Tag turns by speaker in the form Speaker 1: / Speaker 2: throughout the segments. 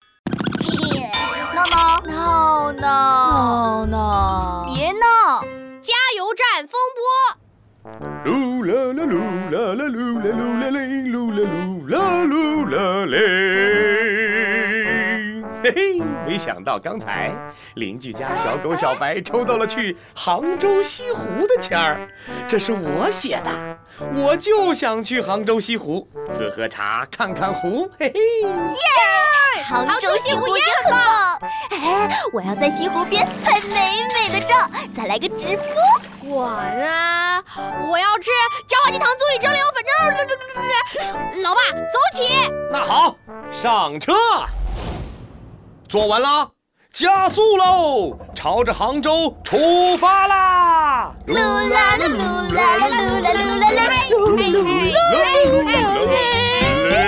Speaker 1: 哦
Speaker 2: 噜啦啦噜啦啦噜啦噜啦铃，噜啦噜啦噜啦铃。嘿嘿，没想到刚才邻居家小狗小白抽到了去杭州西湖的签儿，这是我写的，我就想去杭州西湖喝喝茶，看看湖。嘿嘿，
Speaker 1: 杭州西湖也很棒。哎，我要在西湖边拍美美的照，再来个直播。
Speaker 3: 我呢，我要吃焦化鸡糖醋玉蒸莲藕粉蒸。对对对对老爸，走起！
Speaker 2: 那好，上车，做完啦，加速喽，朝着杭州出发啦！
Speaker 1: 噜啦啦噜啦啦噜啦噜啦啦。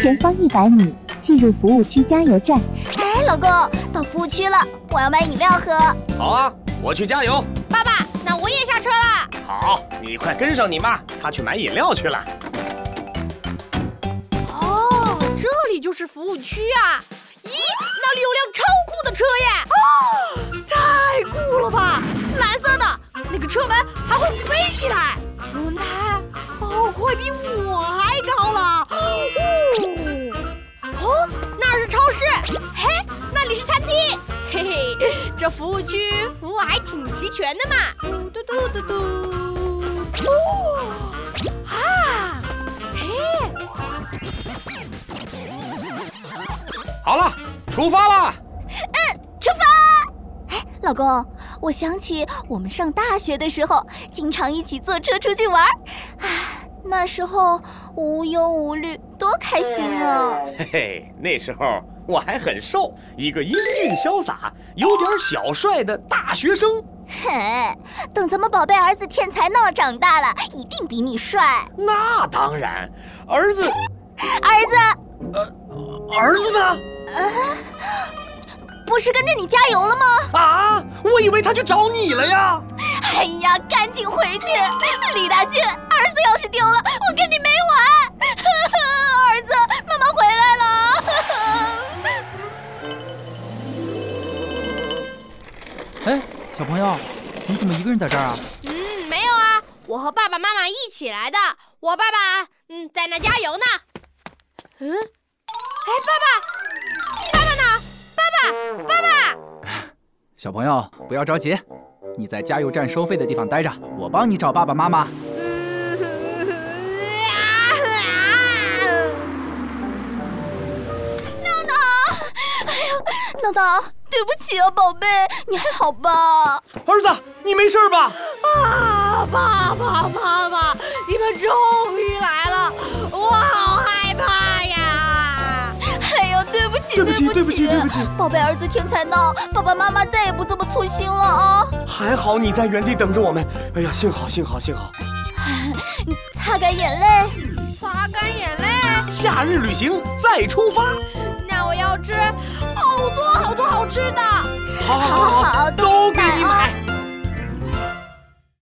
Speaker 4: 前方一百米，进入服务区加油站。
Speaker 1: 哎，老公，到服务区了，我要买饮料喝。
Speaker 2: 好啊，我去加油。
Speaker 3: 爸爸，那我也下车了。
Speaker 2: 好，你快跟上你妈，她去买饮料去了。
Speaker 3: 哦，这里就是服务区啊！咦，那里有辆超酷的车耶！哦，太酷了吧！蓝色的，那个车门还会飞起来，轮胎哦，快比我还高了！哦，哦，那是超市，嘿，那里是餐厅，嘿嘿，这服务区服务还挺齐全的嘛！嘟嘟嘟嘟嘟，哦，啊，嘿。
Speaker 2: 好了，出发啦！
Speaker 1: 出发！哎，老公，我想起我们上大学的时候，经常一起坐车出去玩儿，啊，那时候无忧无虑，多开心啊！
Speaker 2: 嘿嘿，那时候我还很瘦，一个英俊潇洒、有点小帅的大学生。
Speaker 1: 嘿，等咱们宝贝儿子天才闹长大了，一定比你帅。
Speaker 2: 那当然，儿子，
Speaker 1: 儿子，
Speaker 2: 儿子呢？
Speaker 1: 不是跟着你加油了吗？
Speaker 2: 啊，我以为他去找你了呀。
Speaker 1: 哎呀，赶紧回去！李大俊，儿子要是丢了，我跟你没完！ 儿子，妈妈回来了。
Speaker 5: 哎，小朋友，你怎么一个人在这儿啊？
Speaker 3: 嗯，没有啊，我和爸爸妈妈一起来的。我爸爸嗯在那加油呢。嗯，哎，爸爸，爸爸呢？
Speaker 5: 小朋友，不要着急，你在加油站收费的地方待着，我帮你找爸爸妈妈。
Speaker 1: 闹闹，对不起啊，宝贝，你还好吧？
Speaker 2: 儿子，你没事吧？
Speaker 3: 啊，爸爸妈妈，你们终于来了，我好害怕呀！
Speaker 1: 哎呦，对不起，
Speaker 2: 对不起
Speaker 1: 对起，
Speaker 2: 对不起对不起
Speaker 1: 宝贝儿子天才闹，爸爸妈妈再也不这么粗心了啊！
Speaker 2: 还好你在原地等着我们。哎呀，幸好，幸好，幸好！
Speaker 1: 擦干眼泪，
Speaker 3: 擦干眼泪，啊
Speaker 2: 夏日旅行再出发。
Speaker 3: 那我要吃好多好多好吃的。
Speaker 2: 好好好好，
Speaker 1: 好
Speaker 2: 啊都给你
Speaker 1: 买
Speaker 2: 买。